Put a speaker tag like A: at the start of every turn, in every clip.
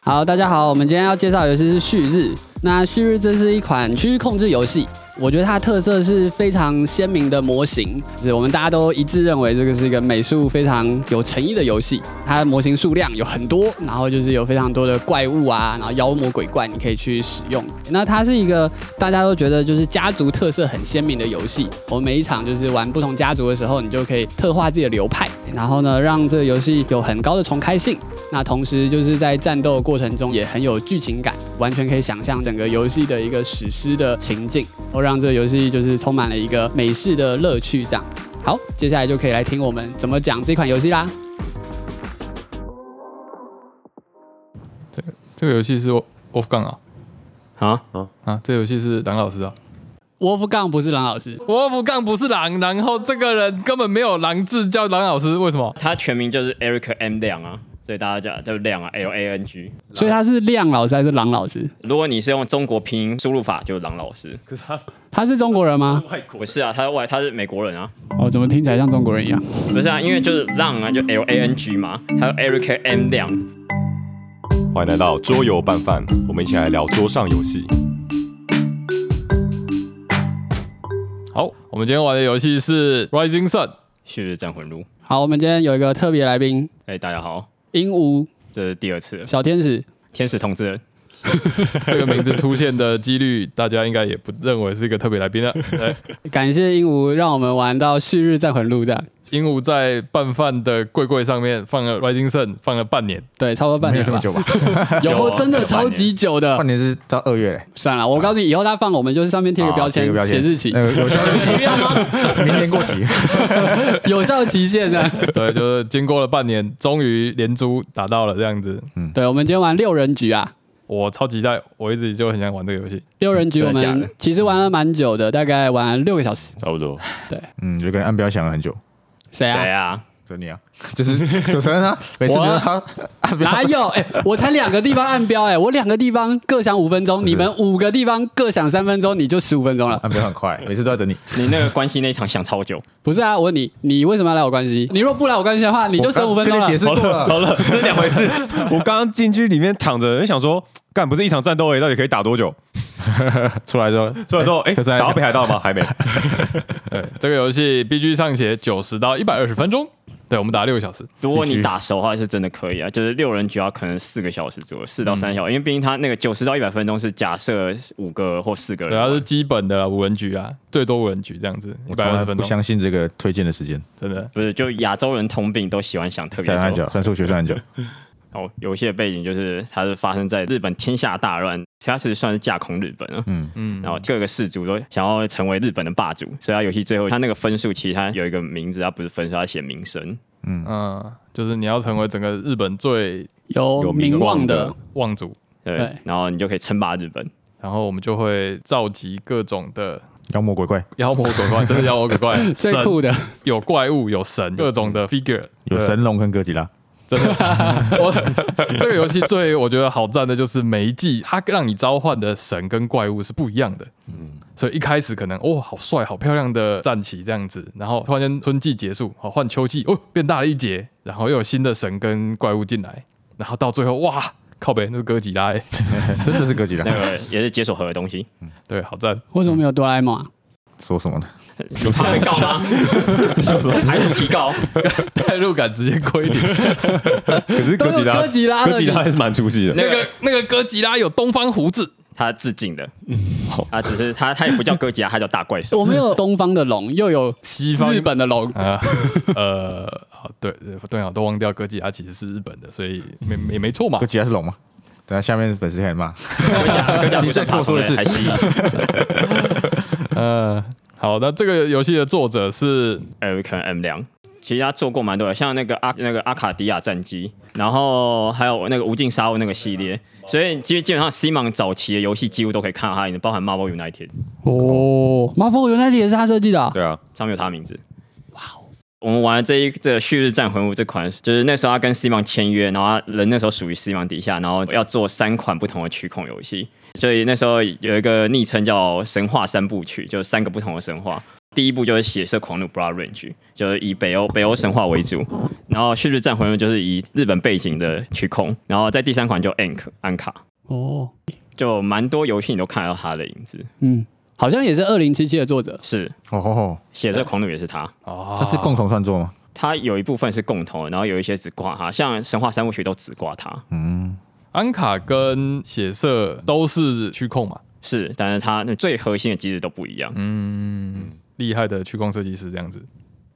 A: 好，大家好，我们今天要介绍的游戏是《旭日》。那《旭日》这是一款区域控制游戏，我觉得它的特色是非常鲜明的模型，就是我们大家都一致认为这个是一个美术非常有诚意的游戏。它的模型数量有很多，然后就是有非常多的怪物啊，然后妖魔鬼怪你可以去使用。那它是一个大家都觉得就是家族特色很鲜明的游戏。我们每一场就是玩不同家族的时候，你就可以特化自己的流派，然后呢，让这个游戏有很高的重开性。那同时就是在战斗过程中也很有剧情感，完全可以想象整个游戏的一个史诗的情境，然后让这个游戏就是充满了一个美式的乐趣。这样，好，接下来就可以来听我们怎么讲这款游戏啦。
B: 这个游戏是 Wolfgang 啊
C: 啊，
B: 啊，这个游戏是狼老师啊。
A: Wolfgang 不是狼老师，
B: Wolfgang 不是狼，然后这个人根本没有狼字，叫狼老师，为什么？
C: 他全名就是 Eric M 亮啊，所以大家叫叫亮啊，L A N G。
A: 所以他是亮老师还是狼老师？
C: 如果你是用中国拼音输入法，就是狼老师。
D: 可是他
A: 他是中国人吗？
D: 外国
C: 不是啊，他是外他是美国人啊，
A: 哦，怎么听起来像中国人一样？
C: 不是啊，因为就是浪啊，就 L A N G 嘛，还有 Eric M 亮。
D: 欢迎来到桌游拌饭，我们一起来聊桌上游戏。
B: 好，我们今天玩的游戏是 Rising Sun。
C: 旭日战魂录，
A: 好，我们今天有一个特别来宾，
C: 哎、大家好，
A: 鹦鹉
C: 这是第二次了，
A: 小天使。
C: 天使同志人，
B: 这个名字出现的几率，大家应该也不认为是一个特别来宾 了。对，
A: 感谢鹦鹉让我们玩到旭日战魂录这样，
B: 鹦鹉在拌饭的柜柜上面放了 Rising Sun，放了半年，
A: 对，差不多半
E: 没有
A: 年
E: 这么
A: 吧。
E: 久吧？
A: 有
C: 有啊
A: 真的
C: 有半
A: 超
C: 年
A: 级久的
E: 半，年是到二月嘞，
A: 算了，我告诉你，以后他放我们就是上面贴个标
E: 啊
A: 签
E: 贴个，标
A: 写
E: 签
A: 日期，
E: 呃，有效期， 明年过期。
A: 有效期限啊的。
B: 对，就是经过了半年，终于连珠打到了这样子。
A: 对，我们今天玩六人局啊，
B: 我超期待，我一直就很想玩这个游戏。
A: 六人局我
C: 真的假的
A: 们其实玩了蛮久的，大概玩了六个小时。
D: 差不多，
E: 嗯，有个人按标想了很久，
A: 谁
C: 谁
A: 啊？
C: 啊？
E: 就你啊，就是 主持人啊，每次就是他按标，
A: 哪 有？哎、我才两个地方按标、哎，我两个地方各想五分钟，你们五个地方各想三分钟，你就十五分钟了。
E: 按标很快，每次都在等你。
C: 你那个关系那一场想 超久，
A: 不是啊，我问你，你为什么要来我关系？你若不来我关系的话，你就省五分钟啊了
E: 我跟你。解释过了，
D: 好了，这是两回事。 我刚刚进去里面躺着，想说，干不是一场战斗诶，到底可以打多久？
E: 出来之后，
D: 出来之后，哎、
E: 可是还
D: 打到
E: 想
D: 北海道吗？还没。
B: 对，这个游戏 BG 上写九十到一百二十分钟，对我们打六个小时。
C: 如果你打熟的话，是真的可以啊，就是六人局要可能四个小时左右，四到三
A: 嗯
C: 小时，因为毕竟他那个九十到一百分钟是假设五个或四个人
B: 对，啊
C: 玩，
B: 它是基本的啦，五人局啊，最多五人局这样子，一
E: 我
B: 百
E: 从
B: 二
E: 来
B: 十分
E: 不
B: 钟，
E: 相信这个推荐的时间，
B: 真的。
C: 不是，就亚洲人通病都喜欢想特别
E: 算很
C: 久
E: 久，。算数学算很久。
C: 哦，游戏的背景就是它是发生在日本天下大乱， 它是算是架空日本了。
E: 嗯，
B: 嗯，
C: 然后各个氏族都想要成为日本的霸主，所以它游戏最后它那个分数其实它有一个名字，它不是分数，它写名声。
B: 嗯，就是你要成为整个日本最
A: 有
D: 有
A: 名
D: 名
A: 望
D: 望
A: 的
D: 的，
B: 望族，
C: 对，
A: 对
C: 然后你就可以称霸日本。
B: 然后我们就会召集各种的
E: 妖魔鬼怪，
B: 妖魔鬼 怪，真的妖魔鬼怪，
A: 最
B: 神
A: 酷的，
B: 有怪物，有神，各种的 figure，
E: 有神龙跟哥吉拉，
B: 对，真的。 我这个游戏最我觉得好赞的就是每一季它让你召唤的神跟怪物是不一样的。所以一开始可能哦，好帅，好漂亮的战旗这样子，然后突然间春季结束，好换秋季，哦，变大了一截，然后又有新的神跟怪物进来，然后到最后哇，靠北，那是哥吉拉、欸，
E: 真的是哥吉拉
C: 那。个也是解锁盒的东西，
B: 对，好赞，
A: 为什么没有哆啦 A 梦啊？
E: 说什么呢？
C: 有上告吗？ 还是提告？
B: 代入感直接归零。
D: 可 是哥吉
A: 都
D: 拉，
A: 有哥吉拉了
D: 哥吉拉
A: 你
D: 还是蛮出戏 的。
B: 那个那个哥吉拉有东方胡子，
C: 他致敬的
D: 好，
C: 他只是他他也不叫哥吉拉，他叫大怪兽。
A: 我们有东方的龙，又有
B: 西方
A: 日本的龙，
B: 啊，呃，好，对对啊，都忘掉哥吉拉其实是日本的，所以没没没错嘛
E: 哥。吉拉是龙吗？等下下面粉丝开始骂，
C: 哥吉拉哥吉拉不
E: 你再
C: 是
E: 跟
C: 爬
E: 我
C: 虫
E: 说一
C: 人，
E: 次
C: 还蜥蜴。
B: 呃，好，那这个游戏的作者是
C: Eric M 两。其实他做过蛮多的，像那个阿那个阿卡迪亚战机，然后还有那个无尽沙漠那个系列，所以基基本上 C 芒早期的游戏几乎都可以看到他的影子，包含 Marvel United
A: 哦，马蜂原来也是他设计的啊、
D: 对啊，
C: 上面有他的名字。哇哦！我们玩的这一这个《旭日战魂五》这款，就是那时候他跟 C 芒签约，然后他人那时候属于 C 芒底下，然后要做三款不同的区控游戏，所以那时候有一个昵称叫“神话三部曲”，就是三个不同的神话。第一步就是血色狂怒 Blood Range，就是以北欧北欧神话为主，然后旭日战魂就是以日本背景的去控，然后在第三款就 Ank 安卡，
A: 哦，
C: 就蛮多游戏你都看得到他的影子，
A: 嗯，好像也是二零七七的作者，
C: 是
E: 哦吼吼，
C: 血色狂怒也是他，
B: 哦
E: 它是共同创作吗？
C: 他有一部分是共同的，然后有一些只挂他，像神话三部曲都只挂他，
E: 嗯，
B: 安卡跟血色都是区控嘛，
C: 是，但是他那最核心的机制都不一样，
B: 嗯，厉害的区控设计师这样子，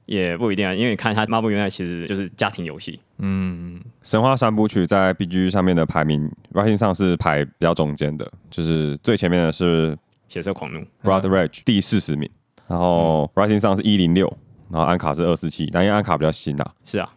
C: 也不一定啊，因为你看他 Marvel 原来其实就是家庭游戏，
B: 嗯，
D: 神话三部曲在 B G 上面的排名 r i t i n g 上是排比较中间的，就是最前面的是
C: 血色狂怒，
D: Blood Rage 第四十名，然后 r i t i n g 上是一零六，然后安卡是二四七，但因为安卡比较新啊，
C: 是啊，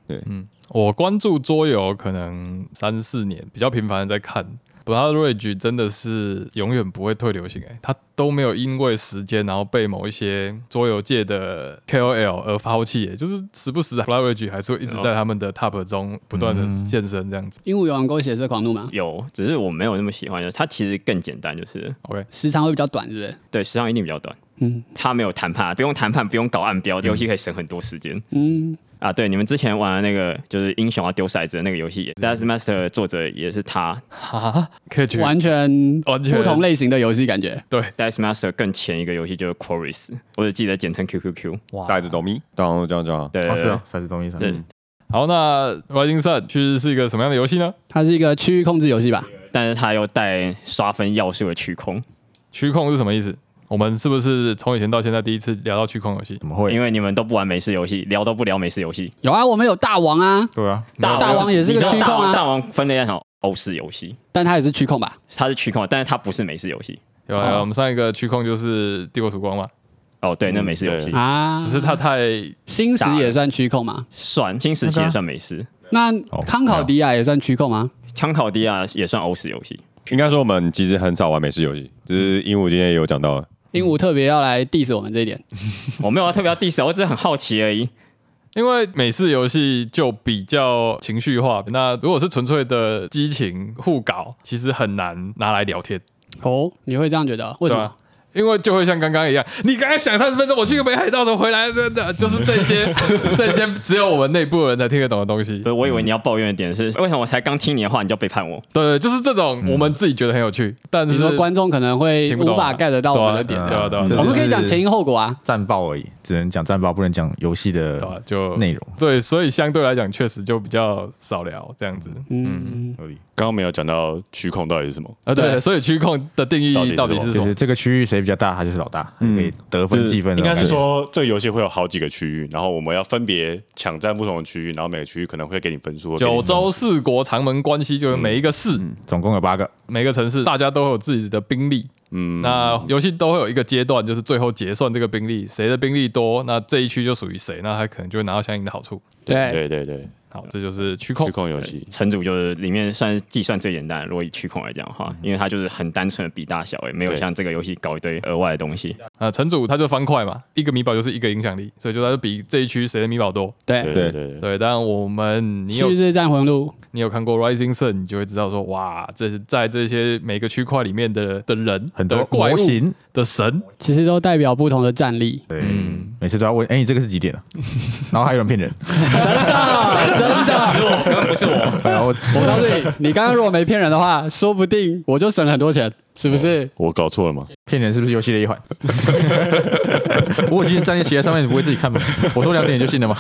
B: 我关注桌游可能三四年，比较频繁的在看。Blood Rage 真的是永远不会退流行哎、它都没有因为时间然后被某一些桌游界的 KOL 而抛弃、欸，就是时不时 Blood Rage 还是会一直在他们的 Top 中不断的现身这样子。
A: 鹦鹉有王勾血色狂怒嘛，
B: 嗯
C: 有，只是我没有那么喜欢，就是它其实更简单，就是
B: OK，
A: 时长会比较短，是不是？
C: 对时长一定比较短，
A: 嗯
C: 它没有谈判，不用谈判，不用搞暗标，这游戏可以省很多时间
A: 嗯，
C: 啊。对，你们之前玩的那个就是英雄要丢骰子的那个游戏也 d a
E: 嗯
C: s Master 的作者也是他
B: 哈，可以去
A: 完全
B: 完全
A: 不同类型的游戏感觉。
C: d a s Master 更前一个游戏就是 Chorus，我只记得简称 QQQ，
D: 骰子 d o m 当然这样这样，
C: 对
E: 哦
C: 对
E: 是
C: 对
E: 啊，骰子东西上
C: 对
E: 面，
B: 好，那 Rising Sun 其实是一个什么样的游戏呢？
A: 它是一个区域控制游戏吧？
C: 但是它又带刷分要素的去空，
B: 区控是什么意思？我们是不是从以前到现在第一次聊到区控游戏？
E: 怎么会
C: 因？为你们都不玩美式游戏，聊都不聊美式游戏。
A: 有啊，我们有大王啊，
E: 对啊，
A: 大王也是
C: 你
A: 个
C: 知道
A: 区控
C: 大王大
A: 啊，
C: 王分类在什么？欧式游戏，
A: 但它也是区控吧？
C: 它是区控，但是它不是美式游戏。
B: 有来，
A: 哦
B: 我们上一个区控就是《帝国曙光》嘛，
C: 哦，对，那
D: 嗯
C: 美式游戏
D: 对
A: 啊，
B: 只是它太
A: 星矢也算区控嘛？
C: 算新时期也算美式，
A: 那
E: 哦
A: 康考迪亚也算区控吗？
B: 嗯
C: 枪考迪亚也算欧式游戏。
D: 应该说我们其实很少玩美式游戏，只是鹦鹉今天也有讲到了，
A: 鹦鹉特别要来 diss 我们这一点，
C: 我没有要特别要 diss，我只是很好奇而已。
B: 因为美式游戏就比较情绪化，那如果是纯粹的激情互搞，其实很难拿来聊天，
A: 哦，你会这样觉得？为
B: 对啊
A: 什
B: 吧、
A: 么？
B: 因为就会像刚刚一样，你刚刚想三十分钟，我去个北海道的回来，真的就是 这些这些只有我们内部的人才听得懂的东西
C: 不。是，我以为你要抱怨的点是， 为什么我才刚听你的话你就背叛我？
B: 对，就是这种我们自己觉得很有趣，但
A: 嗯你
B: 是
A: 说观众可能会
B: 听不懂
A: 无
B: 啊
A: 法 get 到我们的点
B: 对啊对啊
E: 嗯
B: 对啊
A: 我们可以讲前因后果啊。
E: 战报而已，只能讲战报，不能讲游戏的
B: 对吧、啊就
E: 内容。
B: 对，所以相对来讲确实就比较少聊这样子。
A: 嗯，
E: 合理，
F: 刚刚没有讲到区控到底是什么，
B: 啊，对，
A: 对
B: 所以区控的定义
F: 到
B: 到底
F: 底
B: 是
F: 是
B: 什
E: 就
B: 么
E: 是？这个区域谁比较大，他就是老大，
D: 嗯
E: 可以得分
D: 就是
E: 计分的
F: 应
E: 那种
F: 该是
E: 感觉。
F: 说这个游戏会有好几个区域，然后我们要分别抢占不同的区域，然后每个区域可能会给你分数。
B: 九州
F: 周
B: 四国嗯长门关系就是每一个市、
E: 总共有八个，
B: 每个城市，大家都有自己的兵力。
F: 嗯，
B: 那游戏都会有一个阶段，就是最后结算这个兵力，谁的兵力多，那这一区就属于谁，那他可能就会拿到相应的好处。
A: 对，
F: 对对对，
B: 好，这就是区控
F: 区。控游戏，
C: 城主就是里面算是计算最简单的，如果以区控来讲的话，
D: 嗯
C: 因为它就是很单纯的比大小，也没有
F: 对
C: 像这个游戏搞一堆额外的东西。
B: 啊，城主他就方块嘛，一个米宝就是一个影响力，所以就他就比这一区谁的米宝多。
A: 对
F: 对对对对，
B: 对，但我们你
A: 旭
B: 有
A: 日战魂录，
B: 你有看过 Rising Sun，你就会知道说，哇，这是在这些每个区块里面的的人、
E: 很多
B: 的怪
E: 模
B: 物
E: 型。
B: 的神，
A: 其实都代表不同的战力。
E: 对，每次都要问，哎，你这个是几点啊？然后还有人骗人，
A: 真的，
C: 根本不是我，
E: 然后
A: 我告诉你，你刚刚如果没骗人的话，说不定我就省了很多钱，是不是？
F: 我搞错了吗？
E: 骗人是不是游戏的一环？我已经站在起来上面，你不会自己看吗？我说两点你就信了吗？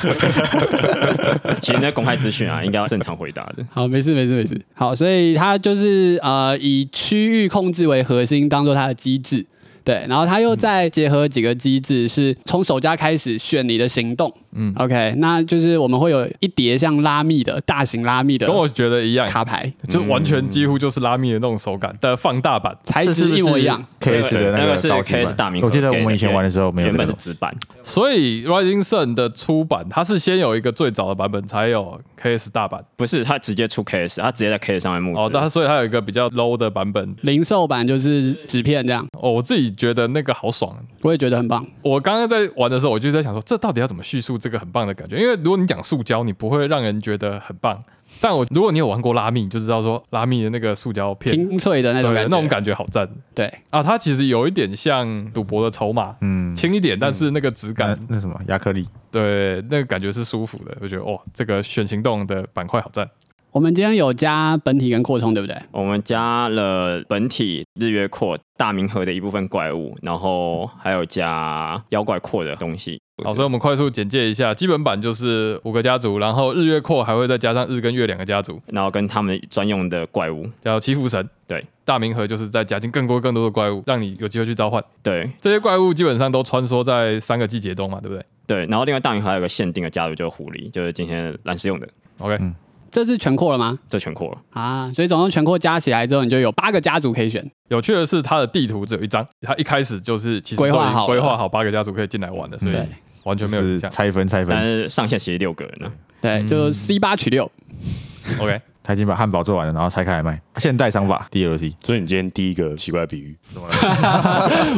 C: 其实那公开资讯啊，应 该要正常回答的。
A: 好，没事没事没事。好，所以它就是呃以区域控制为核心，当做它的机制。对，然后它又再结合几个机制，是从手家开始选你的行动。
B: 嗯
A: 嗯，OK，那就是我们会有一叠像拉密的大型拉密的
B: 跟我觉得一样，
A: 卡牌，
B: 就完全几乎就是拉米的那种手感的放大版。
A: 材质一模一样。
E: K S 的
C: 那
E: 个
C: 是
E: 道具版
C: KS 大明
E: 我记得
C: 给
E: 我
C: 的
E: 们以前玩的时候没有
C: 原
E: 这
C: 本是
E: 种。
C: 纸板，
B: 所以 Rising Sun 的出版，它是先有一个最早的版本，才有 KS 大版
C: 不是它直接出 KS，它直接在
B: 哦
C: KS 上面募资。
B: 哦。但它所以它有一个比较 low 的版本。
A: 零售版就是纸片这样，
B: 哦，我自己觉得那个好爽。
A: 我也觉得很棒。
B: 我刚刚在玩的时候，我就在想说，这到底要怎么叙述这个很棒的感觉？因为如果你讲塑胶，你不会让人觉得很棒。但我如果你有玩过拉密，你就知道说拉密的那个塑胶片，
A: 清脆的那
B: 对
A: 种感觉，
B: 那种感觉好赞
A: 对，
B: 啊！它其实有一点像赌博的筹码，
E: 嗯，
B: 轻一点，但是那个质感，
E: 那那什么亚克力，
B: 对，那个感觉是舒服的。我觉得哦，这个选行动的板块好赞。
A: 我们今天有加本体跟扩充，对不对？
C: 我们加了本体日月扩大明河的一部分怪物，然后还有加妖怪扩的东西。
B: 好，所以我们快速简介一下，基本版就是五个家族，然后日月扩还会再加上日跟月两个家族，
C: 然后跟他们专用的怪物，
B: 叫祈福神。
C: 对，
B: 大明河就是再加进更多更多的怪物，让你有机会去召唤。
C: 对
B: 这些怪物基本上都穿梭在三个季节中嘛，对不对
C: 对。然后另外大明河还有个限定的加入，就是狐狸，就是今天蓝石用的，
B: ？OK，、
E: 嗯
A: 这次全扩了吗？
C: 这全扩了。
A: 啊，所以总共全扩加起来之后，你就有八个家族可以选。
B: 有趣的是它的地图只有一张，它一开始就是其实都已经
A: 规划好了
B: 规划好八个家族可以进来玩的，所以
A: 对
B: 完全没有
E: 就是
B: 影响。
E: 拆分拆
C: 但
E: 分，
C: 是上限其实六个人啊呢、
A: 对，
F: 嗯
A: 就 C 八取六，
B: OK，
E: 他已经把汉堡做完了，然后拆开来卖。现代商法 DLC，
F: 所以你今天第一个奇怪比喻，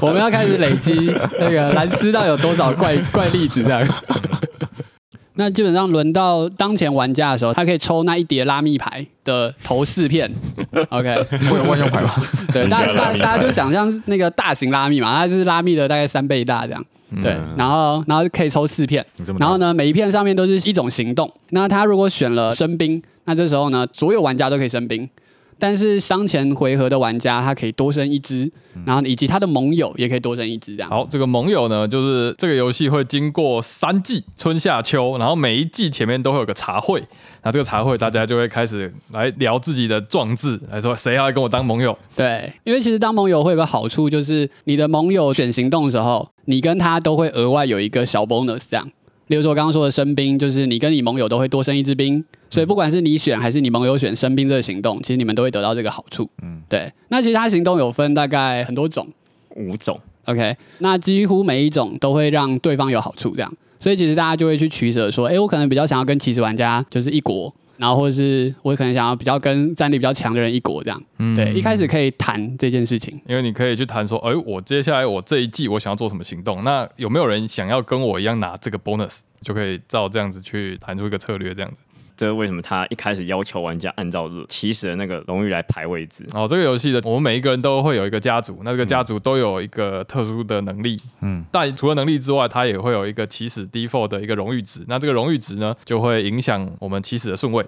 A: 我们要开始累积那个蓝斯到底有多少怪怪粒子这样。 那基本上轮到当前玩家的时候，他可以抽那一叠拉密牌的头四片。OK，
E: 会有万用牌吗？
A: 对，
F: 人家
A: 大
F: 的拉
A: 大
F: 密
A: 大家
F: 牌
A: 就想象那个大型拉密嘛，它是拉密的大概三倍大这样。对，
F: 嗯
A: 然后然后可以抽四片，
E: 你这么
A: 然后呢，每一片上面都是一种行动。那他如果选了生兵，那这时候呢，所有玩家都可以生兵，但是伤前回合的玩家他可以多生一只，然后以及他的盟友也可以多生一只这样。
B: 好，这个盟友呢，就是这个游戏会经过三季，春夏秋，然后每一季前面都会有个茶会，那这个茶会大家就会开始来聊自己的壮志，来说谁要来跟我当盟友。
A: 对，因为其实当盟友会有个好处，就是你的盟友选行动的时候，你跟他都会额外有一个小 bonus 这样。例如说刚刚说的生兵，就是你跟你盟友都会多生一支兵，所以不管是你选还是你盟友选生兵这个行动，其实你们都会得到这个好处。嗯，对。那其实它行动有分大概很多种
C: 五种。
A: ，OK，那几乎每一种都会让对方有好处这样。所以其实大家就会去取舍，说，诶，我可能比较想要跟起始玩家就是一国，然后或者是我可能想要比较跟战力比较强的人一国这样。
B: 嗯
A: 对，一开始可以谈这件事情。
B: 因为你可以去谈说，哎、我接下来我这一季我想要做什么行动？那有没有人想要跟我一样拿这个 bonus？就可以照这样子去谈出一个策略，这样子。
C: 这是为什么他一开始要求玩家按照起始的那个荣誉来排位置？
B: 哦然后这个游戏的，我们每一个人都会有一个家族，那这个家族都有一个特殊的能力。
E: 嗯，
B: 但除了能力之外，它也会有一个起始 default 的一个荣誉值。那这个荣誉值呢，就会影响我们起始的顺位。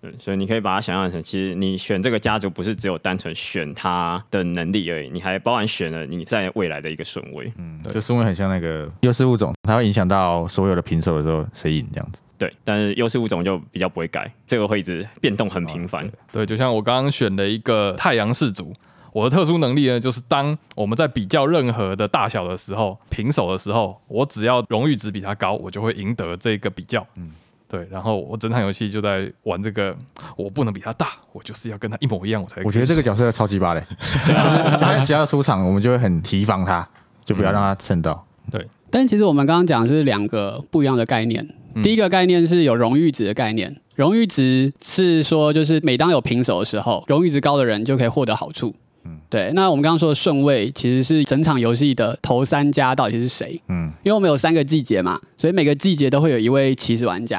C: 对，所以你可以把它想象成，其实你选这个家族不是只有单纯选他的能力而已，你还包含选了你在未来的一个顺位。
E: 嗯，就是因为很像那个优势物种，它会影响到所有的平手的时候谁赢这样子。
C: 对，但是优势物种就比较不会改，这个会一直变动很频繁。
B: 对，就像我刚刚选了一个太阳氏族，我的特殊能力呢，就是当我们在比较任何的大小的时候，平手的时候，我只要荣誉值比他高，我就会赢得这个比较。嗯，对，然后我整场游戏就在玩这个，我不能比他大，我就是要跟他一模一样，我才可以
E: 我觉得这个角色超级 巴嘞，他只要出场，我们就会很提防他，就不要让他蹭到。
A: 但其实我们刚刚讲的是两个不一样的概念。第一个概念是有荣誉值的概念，荣誉值是说就是每当有平手的时候，荣誉值高的人就可以获得好处。对，那我们刚刚说的顺位其实是整场游戏的头三家到底是谁？
E: 嗯，
A: 因为我们有三个季节嘛，所以每个季节都会有一位起始玩家。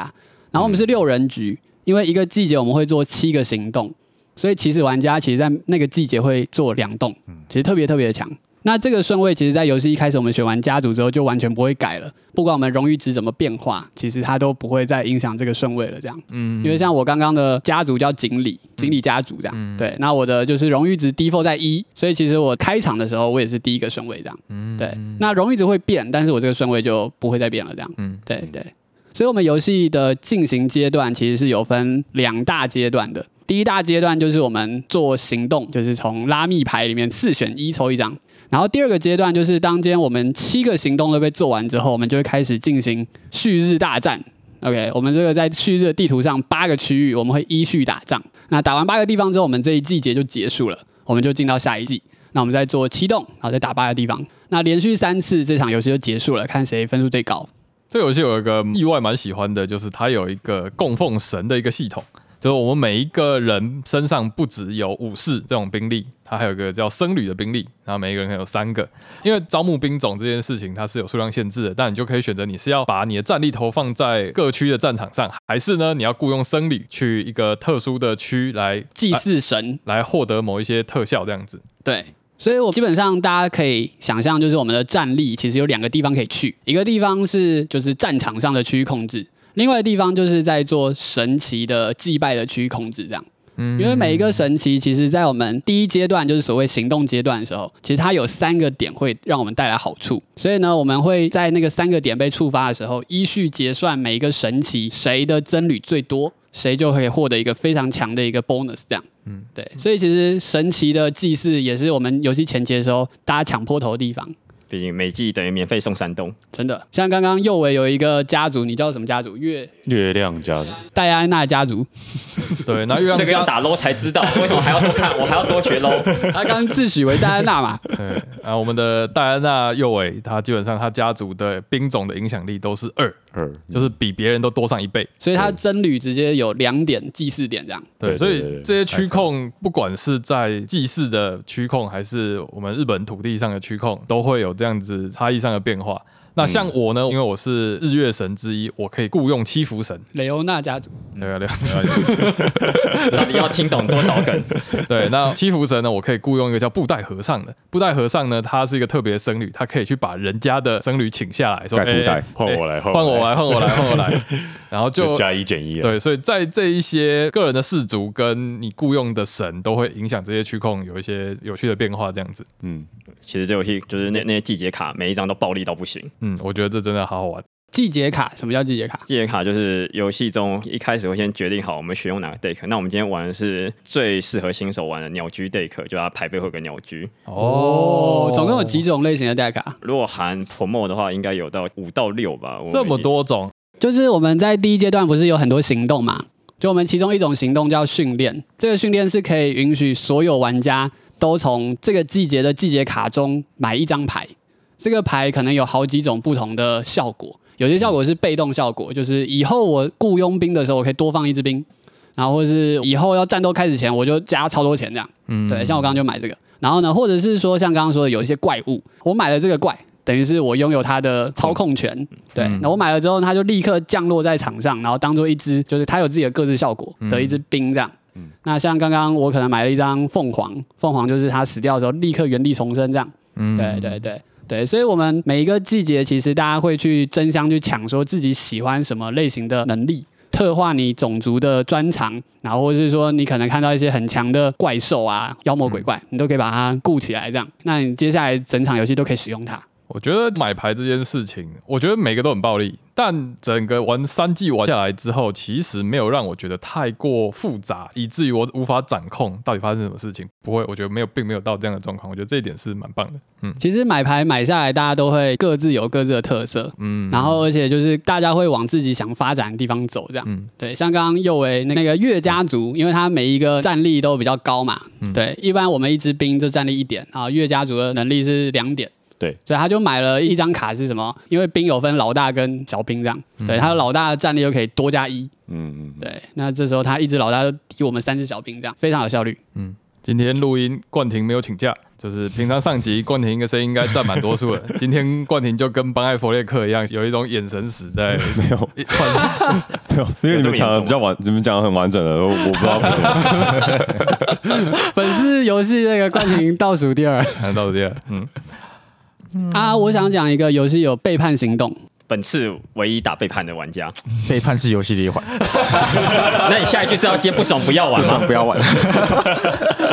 A: 然后我们是六人局，因为一个季节我们会做七个行动，所以起始玩家其实在那个季节会做两动，其实特别特别的强。那这个顺位其实，在游戏一开始我们选完家族之后就完全不会改了，不管我们荣誉值怎么变化，其实它都不会再影响这个顺位了。这样，
B: 嗯
A: 因为像我刚刚的家族叫锦鲤，锦鲤家族这样，
B: 嗯
A: 对，那我的就是荣誉值 default 在一，所以其实我开场的时候我也是第一个顺位这样，
B: 嗯
A: 对，那荣誉值会变，但是我这个顺位就不会再变了这样，
B: 嗯
A: 对对，所以我们游戏的进行阶段其实是有分两大阶段的。第一大阶段就是我们做行动，就是从拉密牌里面四选一抽一张。然后第二个阶段就是当今天我们七个行动都被做完之后，我们就会开始进行旭日大战。OK，我们这个在旭日的地图上八个区域，我们会依序打仗。那打完八个地方之后，我们这一季节就结束了，我们就进到下一季。那我们再做七动，然后再打八个地方。那连续三次这场游戏就结束了，看谁分数最高。
B: 这个游戏有一个意外蛮喜欢的，就是它有一个供奉神的一个系统。就是我们每一个人身上不只有武士这种兵力，它还有一个叫僧侣的兵力，然后每一个人可能有三个。因为招募兵种这件事情它是有数量限制的，但你就可以选择你是要把你的战力投放在各区的战场上，还是呢你要雇佣僧侣去一个特殊的区来
A: 祭
B: 来
A: 祀神，
B: 来获得某一些特效这样子。
A: 对，所以我基本上大家可以想象，就是我们的战力其实有两个地方可以去，一个地方是就是战场上的区域控制，另外的地方就是在做神奇的祭拜的区域控制这样。
B: 嗯
A: 因为每一个神奇，其实在我们第一阶段，就是所谓行动阶段的时候，其实它有三个点会让我们带来好处。所以呢，我们会在那个三个点被触发的时候，依序结算每一个神奇谁的增率最多，谁就可以获得一个非常强的一个 bonus。这样，嗯，对。所以其实神奇的祭祀也是我们游戏前期的时候大家抢破头的地方。
C: 毕竟每季等于免费送山东，
A: 真的，像刚刚右尾有一个家族，你知道什么家族？月
F: 月亮家族
A: 戴安娜家族，
B: 嗯对，那月亮
C: 这个要
B: 家
C: 打 low 才知道，为什么还要多看？我还要多学 low？
A: 他刚自诩为戴安娜嘛，
B: 对啊，我们的戴安娜右尾，她基本上她家族的兵种的影响力都是二，
F: 二，
B: 就是比别人都多上一倍。
A: 所以他增率直接有两点祭祀点这样。
B: 对，
F: 对
B: 所
F: 对对
B: 以
F: 对
B: 这些区控，不管是在祭祀的区控，还是我们日本土地上的区控，都会有这样子差异上的变化。
F: 嗯
B: 那像我呢，因为我是日月神之一，我可以雇佣七福神，
A: 雷欧娜家族，
F: 嗯
B: 对啊对啊
C: 到底要听懂多少梗？
B: 对，那七福神呢，我可以雇佣一个叫布袋和尚的。布袋和尚呢，他是一个特别的僧侣，他可以去把人家的僧侣请下来，说：“
D: 盖布
B: 哎
D: 袋
B: 哎
F: 换我来换
B: 换
F: 我
B: 我来，换我来，换我来。” 然后
F: 就
B: 就
F: 加一减一啊。
B: 对，所以在这一些个人的氏族跟你雇佣的神，都会影响这些区控有一些有趣的变化，这样子。
F: 嗯，
C: 其实这游戏就是那那些季节卡，每一张都暴力到不行。
B: 嗯，我觉得这真的好好玩。
A: 季节卡，什么叫季节卡？
C: 季节卡就是游戏中一开始会先决定好我们选用哪个 deck。那我们今天玩的是最适合新手玩的鸟居 deck，就它牌背会有个鸟居。
A: 哦，总共有几种类型的代卡？
C: 如果含 promo 的话，应该有到五到六吧。我没
B: 这么
C: 记错，
B: 多种，
A: 就是我们在第一阶段不是有很多行动嘛？就我们其中一种行动叫训练，这个训练是可以允许所有玩家都从这个季节的季节卡中买一张牌。这个牌可能有好几种不同的效果，有些效果是被动效果，就是以后我雇佣兵的时候，我可以多放一支兵，然后或是以后要战斗开始前，我就加超多钱这样。
B: 嗯，
A: 对，像我刚刚就买这个。然后呢，或者是说像刚刚说的，有一些怪物，我买了这个怪，等于是我拥有它的操控权。对，那我买了之后，它就立刻降落在场上，然后当做一只就是它有自己的各自效果的一只兵这样。那像刚刚我可能买了一张凤凰，凤凰就是它死掉的时候立刻原地重生这样。
B: 嗯
A: 对对对对，所以我们每一个季节，其实大家会去争相去抢，说自己喜欢什么类型的能力，特化你种族的专长，然后或者是说你可能看到一些很强的怪兽啊、妖魔鬼怪，你都可以把它固起来，这样，那你接下来整场游戏都可以使用它。
B: 我觉得买牌这件事情，我觉得每个都很暴力，但整个玩三季玩下来之后，其实没有让我觉得太过复杂，以至于我无法掌控到底发生什么事情。不会，我觉得没有，并没有到这样的状况。我觉得这一点是蛮棒的。嗯
A: 其实买牌买下来，大家都会各自有各自的特色，
B: 嗯，
A: 然后而且就是大家会往自己想发展的地方走，这样。
B: 嗯
A: 对，像刚刚右为那个岳家族，因为他每一个战力都比较高嘛，对，一般我们一支兵就战力一点啊，岳家族的能力是两点。
F: 对，
A: 所以他就买了一张卡是什么？因为兵有分老大跟小兵这样，对，他的老大的战力就可以多加一，
F: 嗯嗯，
A: 对，那这时候他一只老大就抵我们三只小兵这样，非常有效率。
B: 今天录音，冠廷没有请假，就是平常上集冠廷一个声音应该占蛮多数的，今天冠廷就跟邦艾佛列克一样，有一种眼神死在
D: 没有，
B: 一换
D: 没有，是因为你们讲的比较完，你们讲的很完整的，我我不知道为什么。
A: 本次游戏那个冠军倒数第二
B: 看到这样，嗯，
A: 啊，我想讲一个游戏有背叛行动，
C: 本次唯一打背叛的玩家。
E: 背叛是游戏的一 环，
C: 那你下一句是要接不爽不要玩
E: 不爽
C: 吗？
E: 不要玩。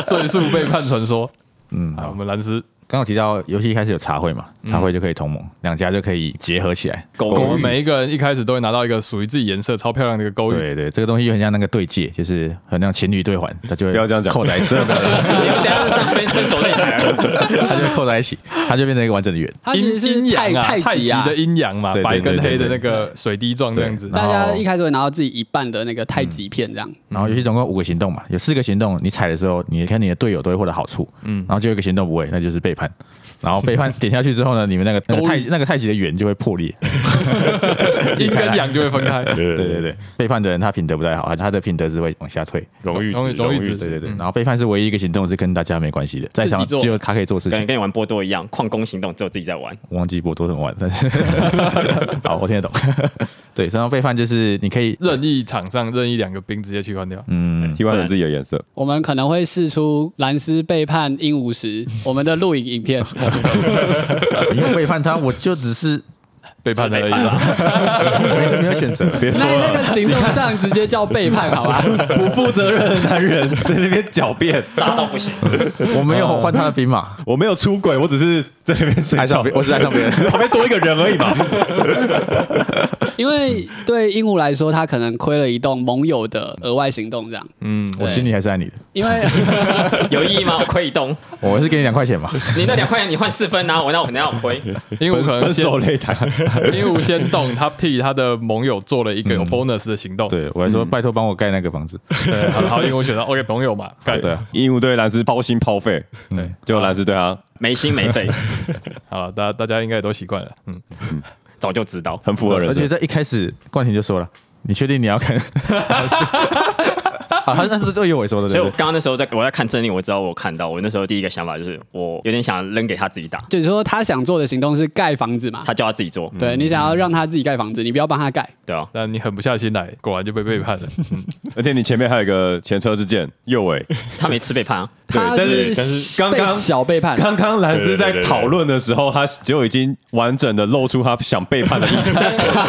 B: 最速背叛传说，
E: 嗯，
B: 好，
E: 好
B: 我。们蓝斯，
E: 刚刚有提到游戏一开始有茶会嘛，茶会就可以同盟，两家就可以结合起来。
C: 狗
B: 我们每一个人一开始都会拿到一个属于自己颜色超漂亮的一个勾玉，
E: 哦对对，这个东西很像那个对戒，就是很像情侣对环，它就会
D: 不要这样讲
E: 扣在一起，
C: 你 们等一下上分分手擂台了。
E: 它就会扣在一起，它就变成一个完整的圆。
A: 它其
B: 阴
A: 实是
B: 阴阳
A: 太
B: 啊，
A: 太
B: 太
A: 极
B: 极
A: 啊
B: 的，阴阳嘛，
E: 对对
B: 白跟
E: 对对
B: 黑的那
E: 对
B: 个水滴状这样子
E: 对，
A: 大
E: 然
A: 家
E: 后
A: 一开始会拿到自己一半的那个太极片这
B: 哦
A: 样。
E: 然后游戏总共五个行动嘛，有四个行动你踩的时候，你看你的队友都会获得好处，嗯，然后就有一个行动不会，那就是背叛。然后被判点下去之后呢，你们那个那个太那个太极的圆就会破裂。
B: 阴跟阳就会分开。
F: 对
E: 对对，对，背叛的人他品德不太好，他他的品德是会往下退。
F: 荣誉
B: 荣誉
F: 值，荣
B: 荣誉
F: 誉
B: 值
E: 对
F: 值，
E: 对对，
B: 嗯
E: 然后背叛是唯一一个行动是跟大家没关系的，在场
A: 自己做
E: 只有他可以做事
C: 跟
E: 情。
C: 跟你玩波多一样，矿工行动只有自己在玩。
E: 我忘记我多很晚，但 是好，我听得懂。对，身上背叛就是你可以，
B: 任意场上任意两个兵直接切换掉，
E: 嗯，
D: 替换成自己的颜色，
A: 我们可能会试出蓝斯背叛鹦鹉时我们的录影影 片，
E: 你有背叛他，我就只是
B: 背叛而已
C: 背叛
B: 啦。
E: 没没有选择。
D: 别
A: 那
D: 说
A: 那
D: 了，
A: 个行动上直接叫背叛，好 吧？
D: 不负责任的男人 在那边狡辩，
C: 渣到不行，
E: 我没有换他的兵马，
D: 我没有出轨，我只是在那边睡
E: 爱上
D: 觉
E: 别，，我只是爱上别人。
D: 只是旁边多一个人而已 嘛。
A: 因为对鹦鹉来说，它可能亏了一栋盟友的额外行动，这样。
B: 嗯，
E: 我心里还是爱你的，
A: 因为
C: 有意义吗？我亏一栋，
E: 我是给你两块钱嘛。
C: 你那两块钱你换四分啊，我那我可能要亏。
B: 鹦鹉可能
D: 分
B: 先
D: 手擂 台，
B: 鹦鹉先动，他替他的盟友做了一个有 bonus 的行动。
E: 对我还说拜托帮我盖那个房子，
B: 对，好好，鹦鹉选到 OK 盟友嘛，干
E: 对啊，
D: 鹦鹉对蓝斯抛心抛肺，
E: 对，
D: 结果蓝斯对他
C: 没心没肺，
B: 好了，大家大家应该也都习惯了。嗯，
C: 早就知道。
D: 很符合人
E: 而且
D: 生。
E: 在一开始冠廷就说了，你确定你要看？ 啊，他那是对有我说的，
C: 所以
E: 对
C: 我
E: 不对？
C: 刚刚那时候在我在看政令，我知道我看到，我那时候第一个想法就是我有点想扔给他自己打，
A: 就是说，他想做的行动是盖房子嘛？
C: 他叫他自己
B: 嗯
C: 做，
A: 对你想要让他自己盖房子，你不要帮他盖。
C: 对啊，
B: 但你狠不下心来，果然就被背叛了。嗯
D: 而且你前面还有一个前车之鉴，右 尾。
C: 他没吃背叛啊，
D: 对
A: 他
D: 但是但
A: 是
D: 是刚刚
A: 被小背叛，
D: 刚刚蓝斯在讨论的时候，他就已经完整的露出他想背 叛的意图，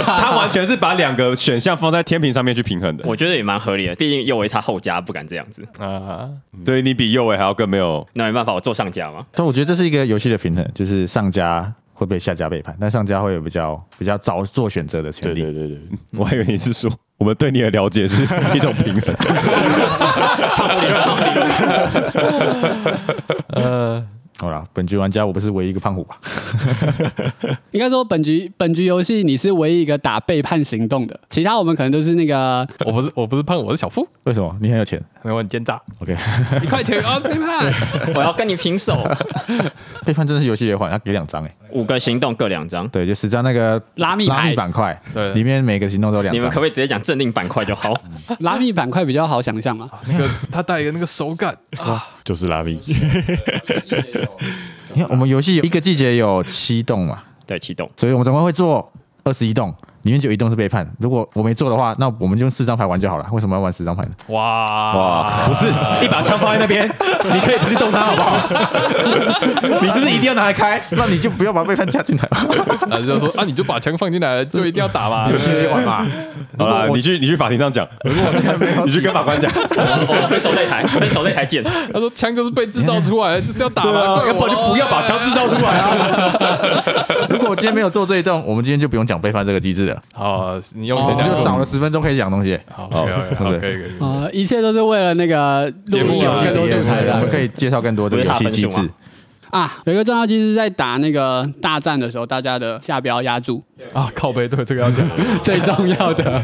D: 他完全是把两个选项放在天平上面去平衡的。
C: 我觉得也蛮合理的，毕竟又为他后家不敢这样子，
B: 啊，
D: 对你比右尾还要更没有，
C: 那没办法，我做上家嘛，
E: 但我觉得这是一个游戏的平衡，就是上家会被下家背叛，但上家会有比较比较早做选择的权
F: 对对
E: 利。
F: 对对，
D: 我还以为你是说我们对你的了解是一种平衡。
B: 呃，
E: 好啦，本局玩家我不是唯一一个胖虎吧？
A: 应该说本局本局游戏你是唯一一个打背叛行动的，其他我们可能都是那 个
B: 我不是我不是胖，我是小夫，
E: 为什么？你很有钱
B: 然后很奸诈，
E: ？OK，
A: 一块钱啊背叛。
C: 我要跟你平 手，
E: 背叛真的是游戏的话，他给两张哎，
C: 五个行动各两张，
E: 对，就十张那个
A: 拉密牌
E: 拉密板块，
B: 对
E: 里面每个行动都有两
C: 你们可不
E: 张。
C: 可以直接讲政令板块就好？
A: 拉密板块比较好想象嘛。
B: 那个他带一个那个手感，
F: 就是拉米，
E: 你看我们游戏有一个季节有七栋嘛，
C: 对，启动，
E: 所以我们总共会做二十一栋，里面只有一栋是背叛。如果我没做的话，那我们就用四张牌玩就好了。为什么要玩十张牌呢？
B: 哇
D: 哇，啊 不是一把枪放在那边，你可以不去动它，好不 好？你就是一定要拿来开。
E: 那你就不要把背叛加进来吧，
B: 然后就说啊，你就把枪放进来，就一定要打吧。
E: 游戏没玩嘛。
D: 好啦，你去你去法庭上讲， 你去跟法官讲，
C: 我哦们分手擂 台，分手擂台见，
B: 他说枪就是被制造出来的，就是要打
D: 对
B: 嘛，
D: 啊，要
B: 要
D: 不然就不要把枪制造出来啊。
E: 如果我今天没有做这一栋，我们今天就不用讲背叛这个机制了，
B: 好，你用
E: 我
B: 谁
E: 们就
B: 讲？
E: 少了十分钟可以讲东西。
B: 好，可以，好，可以，可以。
A: 啊、一切都是为了那个录
B: 节目
A: 影有
B: 啊
A: 更多
B: 节
A: 素
B: 目
A: 材
E: 我们
A: 的
E: 可以介绍更多这个游戏机
C: 不是大分
E: 制
C: 数。
A: 啊。有一个重要机制在打那个大战的时候，大家的下标压住，
B: 啊，靠背，对这个要讲，
A: 最重要的。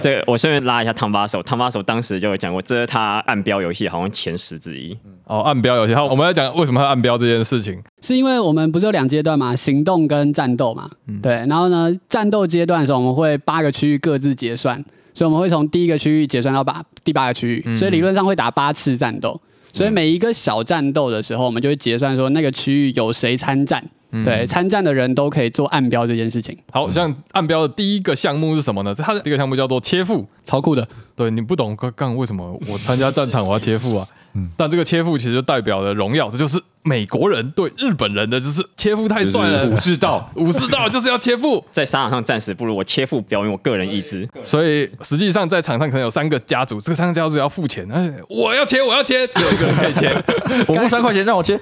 C: 这个我顺便拉一下汤巴手，汤巴手当时就有讲过，这是他暗标游戏好像前十之一，
B: 哦，暗标游戏，好，我们要讲为什么要暗标这件事情。
A: 是因为我们不是有两阶段嘛，行动跟战斗嘛，对。然后呢，战斗阶段的时候，我们会八个区域各自结算，所以我们会从第一个区域结算到八第八个区域，所以理论上会打八次战斗。所以每一个小战斗的时候，我们就会结算说那个区域有谁参战，对，参战的人都可以做暗标这件事情，
D: 嗯
B: 好像暗标的第一个项目是什么呢？它的第一个项目叫做切腹。
A: 超酷的。
B: 对你不懂，干干为什么我参加战场我要切腹 啊？
D: 嗯
B: 但这个切腹其实就代表了荣耀，这就是美国人对日本人的，就是切腹太帅了
D: 武，士道，
B: 武士道就是要切腹。
C: 在沙场上暂时不如我切腹表演我个人意志，
B: 所以实际上在场上可能有三个家族，这三个家族要付钱，哎，我要切，我要切，只有一个人可以切。
E: 我付三块钱让我切，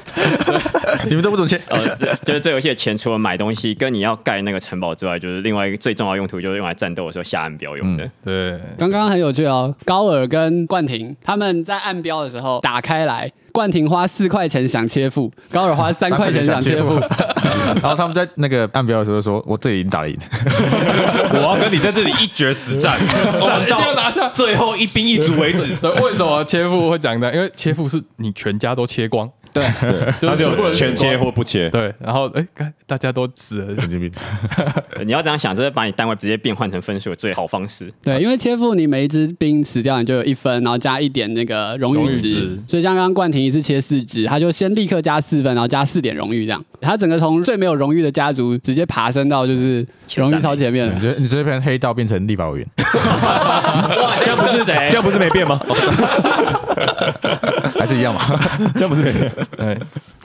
E: 你们都不准切。
C: 呃，这 就是这游戏的钱除了买东西跟你要盖那个城堡之外，就是另外一个最重要的用途，就是用来战斗的时候下暗标用的。
B: 对，
A: 刚刚很有趣哦，高尔跟冠廷他们在按标的时候打开来，冠廷花四块钱想切腹，高尔花三块钱想切腹。
E: 然后他们在那个按标的时候说：“我这里已经打了赢。
D: 我要跟你在这里一决死战，哦
B: 一
D: 战
B: 定要
D: 到
B: 拿下。
D: 最后一兵一卒为止。
B: 对，为什么切腹会讲的？因为切腹是你全家都切光，对，就
D: 他
B: 是全部
D: 就
B: 人死
D: 全切
B: 光
D: 或不切。
B: 对，然后哎，看大家都死了，
E: 神经病。
C: 你要这样想，这是把你单位直接变换成分数的最好方式。
A: 对，因为切腹你每一只兵死掉，你就有一分，然后加一点那个荣
B: 荣
A: 誉
B: 誉
A: 值
B: 值。
A: 所以像刚刚冠廷一次切四只，他就先立刻加四分，然后加四点荣誉，这样他整个从最没有荣誉的家族直接爬升到就是
C: 前
A: 荣
C: 三
A: 誉超前面
E: 你
A: 了。
E: 觉得你这边黑道变成立法委员，
C: 哇， 这样不 是谁
D: 这？样不是没 变吗？
E: 还是一样嘛？
D: 这样不是没变？
B: 对，哎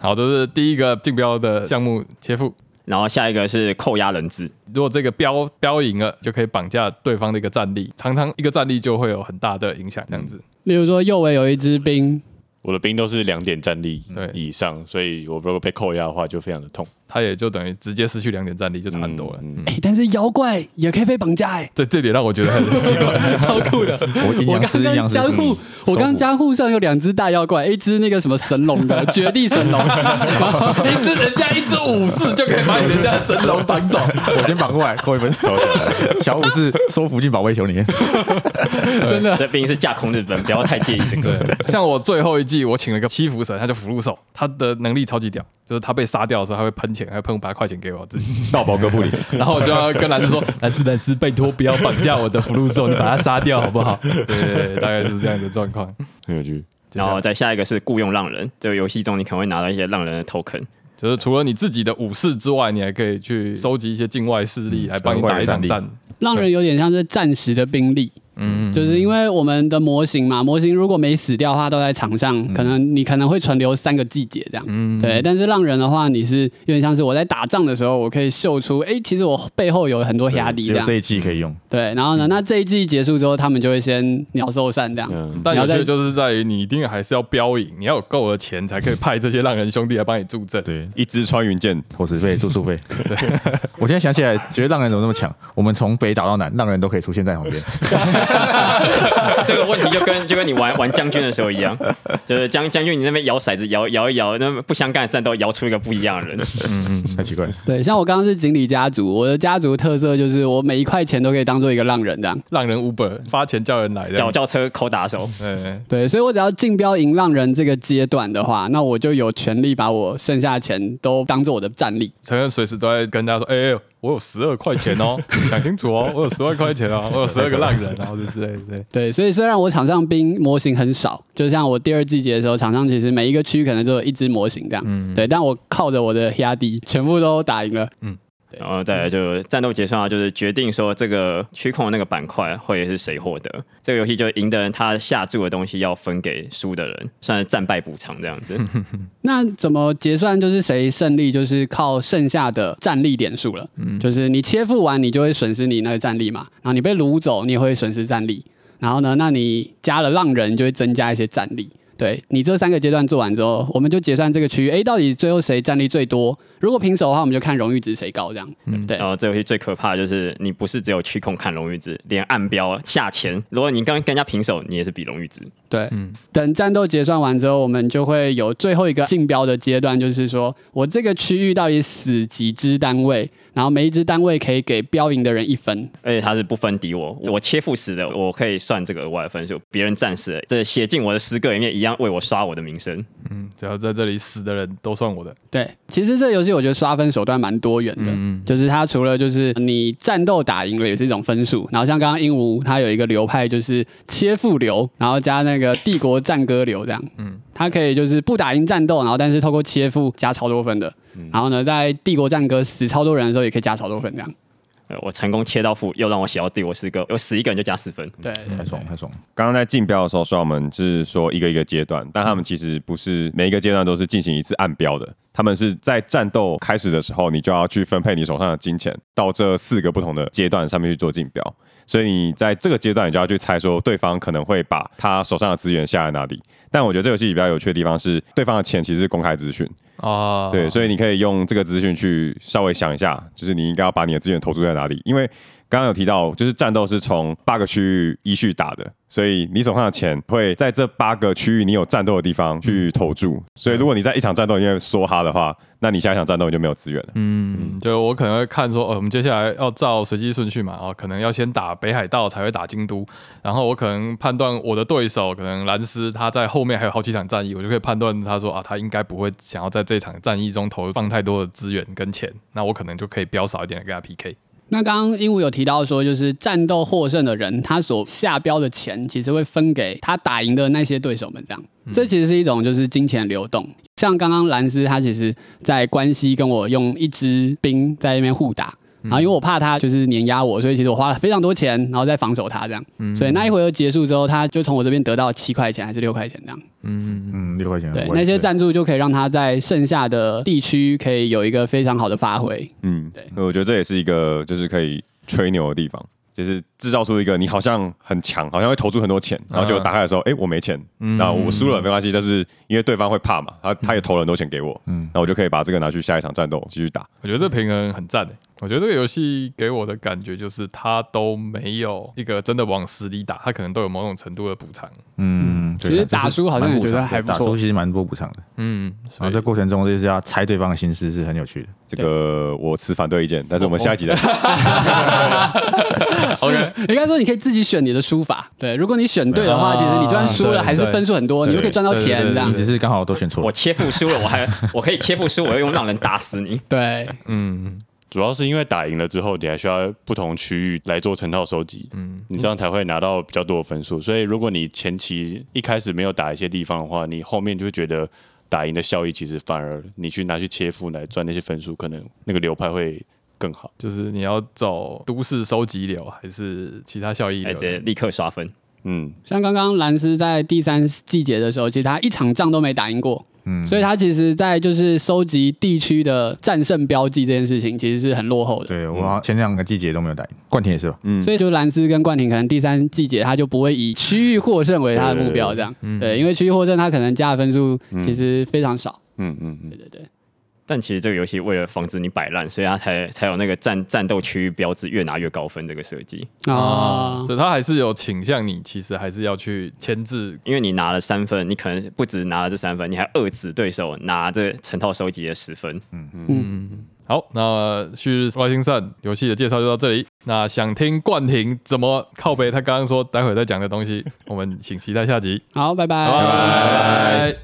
B: 好，这是第一个竞标的项目切腹。
C: 然后下一个是扣押人质，
B: 如果这个标标赢了，就可以绑架对方的一个战力，常常一个战力就会有很大的影响，这样子。
A: 例如说右尾有一只兵，
F: 我的兵都是两点战力
B: 对
F: 以上，所以我如果被扣押的话，就非常的痛，
B: 他也就等于直接失去两点战力，就差很多了。
F: 嗯嗯
A: 哎、但是妖怪也可以被绑架哎、
B: 这这点让我觉得很奇怪，
A: 超酷的！
E: 我阴
A: 我
E: 阳师，
A: 刚
E: 阴阳
A: 刚
E: 师。
A: 江户，我刚刚江户上有两只大妖怪，一只那个什么神龙 的绝地神龙，然后一只人家一只武士就可以把你人家的神龙绑走。
E: 我先绑过来，扣一分。 小五是收服进保卫球 里面，
C: 这毕竟是架空日本，不要太介意 这个。
B: 对，像我最后一季，我请了个七福神，他叫福禄寿，他的能力超级屌，就是他被杀掉的时候，他会喷钱，还会喷五百块钱给我自己，
D: 到宝哥布里，
B: 然后我就要跟兰斯 说，兰斯兰斯，拜托不要绑架我的福禄寿，你把他杀掉好不好？对 对，对大概是这样的状况。
F: 很有趣。
B: 就这
C: 然
B: 样
C: 后再下一个是雇佣浪人，这个游戏中你可能会拿到一些浪人的 token。
B: 就是除了你自己的武士之外，你还可以去收集一些境外势力来帮你打一场战。
A: 让人有点像是暂时的兵力，
B: 嗯，
A: 就是因为我们的模型嘛，模型如果没死掉的话，都在场上，
E: 嗯
A: 可能你可能会存留三个季节这样。
B: 嗯
A: 对，但是让人的话，你是有点像是我在打仗的时候，我可以秀出，哎、其实我背后有很多压力
E: 只
A: 这
E: 有
A: 样
E: 这。一嗯季可以用。
A: 对，然后呢，那这一季结束之后，他们就会先鸟兽散这样。
F: 嗯，
B: 但
A: 你要
B: 有
A: 在
B: 趣的就是在于你一定还是要标赢，你要有够的钱才可以派这些浪人兄弟来帮你助阵。
E: 对，
D: 一支穿云箭，
E: 伙食费、住宿 费。我现在想起来，觉得浪人怎么那么强？我们从北打到南，浪人都可以出现在旁边。
C: 这个问题就跟就跟你玩玩将军的时候一样，就是将将军你那边摇骰子摇摇一摇，那不相干的战斗摇出一个不一样的人。
E: 太奇怪了，
A: 对，像我刚刚是锦鲤家族，我的家族特色就是我每一块钱都可以当做一个浪人这样。
B: 浪人 Uber 发钱叫人来
C: 叫
B: 的，
C: 叫车扣打手，
B: 嗯，
A: 对，所以我只要竞标赢浪人这个阶段的话，那我就有权利把我剩下的钱都当做我的战力。
B: 承认随时都在跟大家说，哎、哎我有十二块钱 哦，想清楚哦，我有十二块钱哦，我有十二个浪人哦，这之类的。对
A: 对，所以虽然我场上兵模型很少，就像我第二季节的时候，场上其实每一个区可能就有一只模型这样。对，但我靠着我的压低，全部都打赢了。
C: 然后再来就战斗结束啊，就是决定说这个区控的那个板块会是谁获得。这个游戏就赢的人他下注的东西要分给输的人，算是战败补偿这样子。
A: 那怎么结算？就是谁胜利，就是靠剩下的战力点数了。就是你切腹完，你就会损失你那个战力嘛。然后你被掳走，你也会损失战力。然后呢，那你加了浪人，就会增加一些战力。对你这三个阶段做完之后，我们就结算这个区域，诶，到底最后谁战力最多？如果平手的话，我们就看荣誉值谁高，这样，对不对？
C: 然后这游戏最可怕的就是你不是只有区控看荣誉值，连暗标下钱，如果你刚跟人家平手，你也是比荣誉值。
A: 对，等战斗结算完之后，我们就会有最后一个竞标的阶段，就是说我这个区域到底死几只单位，然后每一只单位可以给标赢的人一分。
C: 而且它是不分敌我，我切腹死的，我可以算这个额外的分数；别人战死了，这写进我的诗歌里面一样为我刷我的名声。
B: 嗯，只要在这里死的人都算我的。
A: 对，嗯其实这游戏我觉得刷分手段蛮多元的，就是它除了就是你战斗打赢了也是一种分数，然后像刚刚鹦鹉它有一个流派就是切腹流，然后加那个帝国战歌流这样，嗯，它可以就是不打赢战斗，然后但是透过切腹加超多分的，然后呢在帝国战歌死超多人的时候也可以加超多分这样，
C: 呃我成功切到腹，又让我写到帝国诗歌，我死一个人就加四分。
A: 对，
E: 太爽了，太爽了。
D: 刚刚在竞标的时候说我们是说一个一个阶段，但他们其实不是每一个阶段都是进行一次暗标的，他们是在战斗开始的时候，你就要去分配你手上的金钱到这四个不同的阶段上面去做竞标，所以你在这个阶段你就要去猜说对方可能会把他手上的资源下在哪里。但我觉得这游戏比较有趣的地方是，对方的钱其实是公开资讯，
B: 啊，
D: 对，所以你可以用这个资讯去稍微想一下，就是你应该要把你的资源投注在哪里，因为刚刚有提到，就是战斗是从八个区域依序打的，所以你手上的钱会在这八个区域你有战斗的地方去投注。所以如果你在一场战斗里面梭哈的话，那你下一场战斗你就没有资源了。
B: 嗯，就我可能会看说，哦，我们接下来要照随机顺序嘛，哦，可能要先打北海道才会打京都，然后我可能判断我的对手可能兰斯他在后面还有好几场战役，我就可以判断他说啊，他应该不会想要在这场战役中投放太多的资源跟钱，那我可能就可以标少一点来跟他 PK。
A: 那刚刚鹦鹉有提到说，就是战斗获胜的人，他所下标的钱其实会分给他打赢的那些对手们，这样，
E: 嗯
A: 这其实是一种就是金钱流动。像刚刚兰斯，他其实在关西跟我用一支兵在那边互打，
E: 嗯
A: 然后因为我怕他就是碾压我，所以其实我花了非常多钱，然后再防守他这样。
E: 嗯
A: 所以那一回合结束之后，他就从我这边得到七块钱还是六块钱这样。
B: 嗯，
E: 嗯，六块钱。
A: 对，
E: 我也
A: 那些
E: 对
A: 赞助就可以让他在剩下的地区可以有一个非常好的发挥。
D: 嗯，
A: 对
D: 所以我觉得这也是一个就是可以吹牛的地方，就是制造出一个你好像很强，好像会投注很多钱，然后结果打开的时候，哎、我没钱，那我输了没关系，但是因为对方会怕嘛，他他也投了很多钱给我，嗯，那我就可以把这个拿去下一场战斗继续打，
B: 我觉得这平衡很赞诶、欸我觉得这个游戏给我的感觉就是它都没有一个真的往死里打，它可能都有某种程度的补偿。
E: 嗯，
A: 其实
E: 对啊
A: 打输好像也觉得还不错
E: 打输其实蛮多补偿的。
B: 嗯，
E: 然
B: 所
E: 后
B: 以
E: 这过程中就是要猜对方的心思，是很有趣的。
D: 这个我持反对意见，但是我们下一集再讲。
B: OK，
A: 应该说你可以自己选你的输法。对，如果你选对的话，
B: 啊
A: 其实你就算输
B: 对
A: 了还是
B: 对
A: 分数很多，
B: 对
A: 你就可以赚到钱
B: 对对对
A: 这样
E: 你。只是刚好都选错
C: 我
E: 了。
C: 切腹输了，我还我可以切腹输，我要用让人打死你。
A: 对，
B: 嗯，
F: 主要是因为打赢了之后，你还需要不同区域来做成套收集，嗯，你这样才会拿到比较多的分数。所以如果你前期一开始没有打一些地方的话，你后面就会觉得打赢的效益其实反而你去拿去切腹来赚那些分数，可能那个流派会更好。
B: 就是你要走都市收集流还是其他效益
C: 哎，
B: 流
C: 直
B: 呢？
C: 接立刻刷分。
F: 嗯，
A: 像刚刚兰斯在第三季节的时候，其实他一场仗都没打赢过，
E: 嗯，
A: 所以他其实，在就是收集地区的战胜标记这件事情，其实是很落后的。
E: 对我好像前两个季节都没有打赢，冠廷也是吧？
D: 嗯
A: 所以就兰斯跟冠廷可能第三季节他就不会以区域获胜为他的目标，这样
B: 对对对
A: 对，因为区域获胜他可能加的分数其实非常少，
F: 嗯嗯嗯，
A: 对对对。
C: 但其实这个游戏为了防止你摆烂，所以它才才有那个战战斗区域标志越拿越高分这个设计。
A: 啊、
B: 所以他还嗯是有倾向你，其实还是要去牵制。
C: 因为你拿了三分，你可能不止拿了这三分，你还遏制对手拿这成套收集的十分。
A: 嗯
B: 好，那旭日外星散游戏的介绍就到这里。那想听冠廷怎么靠北他刚刚说待会再讲的东西，我们请期待下集。
A: 哎好，拜拜。
B: 拜拜。